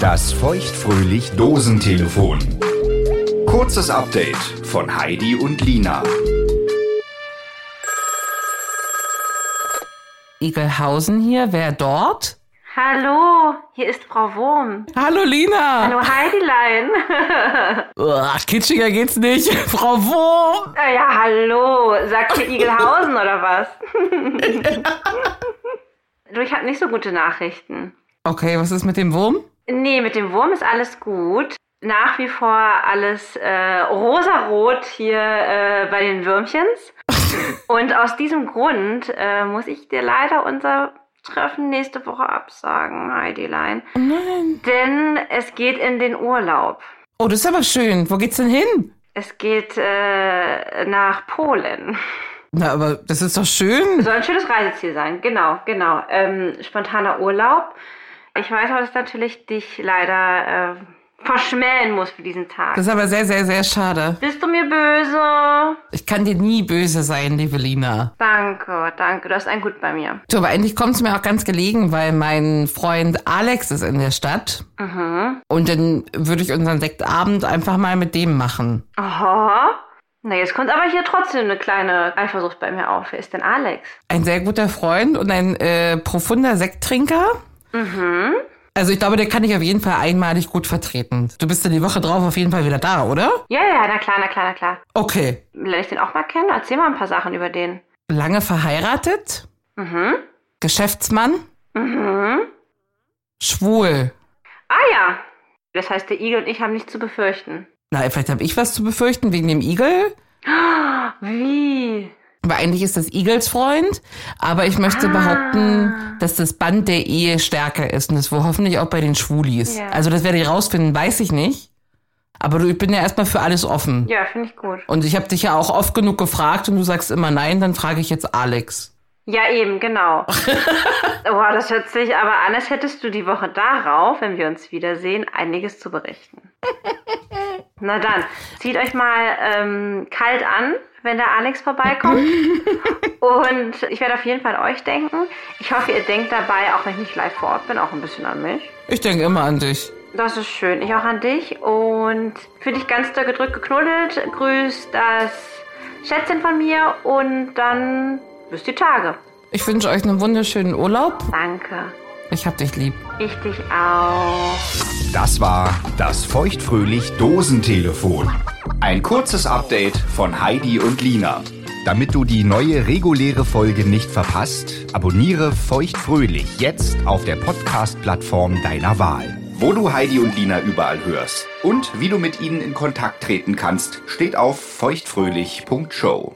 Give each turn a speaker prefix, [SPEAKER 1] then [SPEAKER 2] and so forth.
[SPEAKER 1] Das feuchtfröhlich Dosentelefon. Kurzes Update von Heidi und Lina.
[SPEAKER 2] Igelhausen hier, wer dort?
[SPEAKER 3] Hallo, hier ist Frau Wurm.
[SPEAKER 2] Hallo Lina!
[SPEAKER 3] Hallo Heidilein.
[SPEAKER 2] Uah, kitschiger geht's nicht. Frau Wurm!
[SPEAKER 3] Äh, ja, hallo. Sagt hier Igelhausen oder was? du, ich habe nicht so gute Nachrichten.
[SPEAKER 2] Okay, was ist mit dem Wurm?
[SPEAKER 3] Nee, mit dem Wurm ist alles gut. Nach wie vor alles äh, rosarot hier äh, bei den Würmchens. Und aus diesem Grund äh, muss ich dir leider unser Treffen nächste Woche absagen, Heidilein.
[SPEAKER 2] Nein.
[SPEAKER 3] Denn es geht in den Urlaub.
[SPEAKER 2] Oh, das ist aber schön. Wo geht's denn hin?
[SPEAKER 3] Es geht äh, nach Polen.
[SPEAKER 2] Na, aber das ist doch schön.
[SPEAKER 3] Soll ein schönes Reiseziel sein, genau, genau. Ähm, spontaner Urlaub. Ich weiß aber, dass natürlich dich leider äh, verschmähen muss für diesen Tag.
[SPEAKER 2] Das ist aber sehr, sehr, sehr schade.
[SPEAKER 3] Bist du mir böse?
[SPEAKER 2] Ich kann dir nie böse sein, liebe Lina.
[SPEAKER 3] Danke, danke. Du hast ein Gut bei mir.
[SPEAKER 2] Du, aber endlich kommt's mir auch ganz gelegen, weil mein Freund Alex ist in der Stadt. Und dann würde ich unseren Sektabend einfach mal mit dem machen.
[SPEAKER 3] Aha. Na, jetzt kommt aber hier trotzdem eine kleine Eifersucht bei mir auf. Wer ist denn Alex?
[SPEAKER 2] Ein sehr guter Freund und ein äh, profunder Sekttrinker.
[SPEAKER 3] Mhm.
[SPEAKER 2] Also ich glaube, der kann ich auf jeden Fall einmalig gut vertreten. Du bist ja die Woche drauf auf jeden Fall wieder da, oder?
[SPEAKER 3] Ja, ja, na klar, na klar, na klar.
[SPEAKER 2] Okay.
[SPEAKER 3] Lerne ich den auch mal kennen? Erzähl mal ein paar Sachen über den. Mhm.
[SPEAKER 2] Lange verheiratet? Geschäftsmann? Schwul?
[SPEAKER 3] Ah ja. Das heißt, der Igel und ich haben nichts zu befürchten.
[SPEAKER 2] Na, vielleicht habe ich was zu befürchten wegen dem Igel.
[SPEAKER 3] Wie?
[SPEAKER 2] Weil eigentlich ist das Igels Freund, aber ich
[SPEAKER 3] Ah.
[SPEAKER 2] möchte behaupten, dass das Band der Ehe stärker ist und das wohl hoffentlich auch bei den Schwulis.
[SPEAKER 3] Ja.
[SPEAKER 2] Also das werde ich rausfinden, weiß ich nicht. Aber du, ich bin ja erstmal für alles offen.
[SPEAKER 3] Ja, finde ich gut.
[SPEAKER 2] Und ich habe dich ja auch oft genug gefragt und du sagst immer nein, dann frage ich jetzt Alex.
[SPEAKER 3] Ja, eben, genau. Boah, das hört sich aber an, als hättest du die Woche darauf, wenn wir uns wiedersehen, einiges zu berichten. Na dann, zieht euch mal ähm, kalt an, wenn der Alex vorbeikommt. Und ich werde auf jeden Fall an euch denken. Ich hoffe, ihr denkt dabei, auch wenn ich nicht live vor Ort bin, auch ein bisschen an mich.
[SPEAKER 2] Ich denke immer an dich.
[SPEAKER 3] Das ist schön. Ich auch an dich. Und für dich ganz doll gedrückt geknuddelt. Grüß das Schätzchen von mir und dann bis die Tage.
[SPEAKER 2] Ich wünsche euch einen wunderschönen Urlaub.
[SPEAKER 3] Danke.
[SPEAKER 2] Ich hab dich lieb.
[SPEAKER 3] Ich dich auch.
[SPEAKER 1] Das war das feuchtfröhlich Dosentelefon. Ein kurzes Update von Heidi und Lina. Damit du die neue reguläre Folge nicht verpasst, abonniere feuchtfröhlich jetzt auf der Podcast-Plattform deiner Wahl. Wo du Heidi und Lina überall hörst und wie du mit ihnen in Kontakt treten kannst, steht auf feuchtfröhlich.show.